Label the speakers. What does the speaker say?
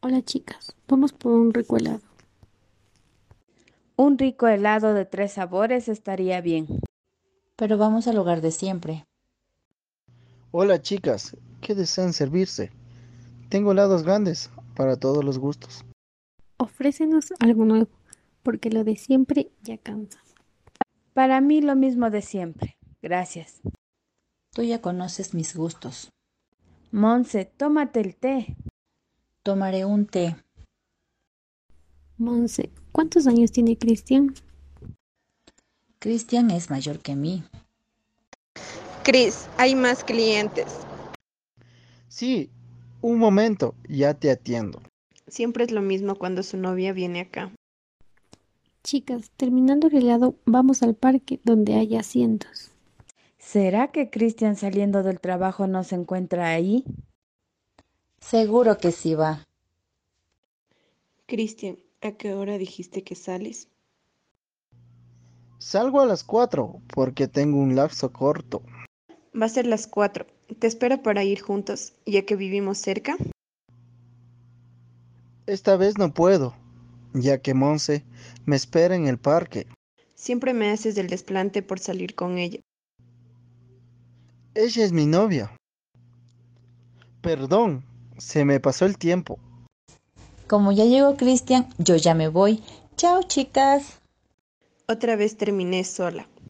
Speaker 1: Hola chicas, vamos por un rico helado.
Speaker 2: Un rico helado de tres sabores estaría bien.
Speaker 3: Pero vamos al lugar de siempre.
Speaker 4: Hola chicas, ¿qué desean servirse? Tengo helados grandes para todos los gustos.
Speaker 1: Ofrécenos algo nuevo, porque lo de siempre ya cansa.
Speaker 2: Para mí lo mismo de siempre. Gracias.
Speaker 3: Tú ya conoces mis gustos.
Speaker 2: Monse, tómate el té.
Speaker 3: Tomaré un té.
Speaker 1: Monse, ¿cuántos años tiene Cristian?
Speaker 3: Cristian es mayor que mí.
Speaker 5: Cris, hay más clientes.
Speaker 4: Sí, un momento, ya te atiendo.
Speaker 5: Siempre es lo mismo cuando su novia viene acá.
Speaker 1: Chicas, terminando el helado, vamos al parque donde hay asientos.
Speaker 2: ¿Será que Cristian saliendo del trabajo no se encuentra ahí?
Speaker 3: Seguro que sí va.
Speaker 5: Cristian, ¿a qué hora dijiste que sales?
Speaker 4: Salgo a las cuatro porque tengo un lapso corto.
Speaker 5: Va a ser las cuatro. Te espero para ir juntos, ya que vivimos cerca.
Speaker 4: Esta vez no puedo, ya que Monse me espera en el parque.
Speaker 5: Siempre me haces del desplante por salir con ella.
Speaker 4: Ella es mi novia. Perdón, se me pasó el tiempo.
Speaker 3: Como ya llegó Cristian, yo ya me voy. Chao, chicas.
Speaker 5: Otra vez terminé sola.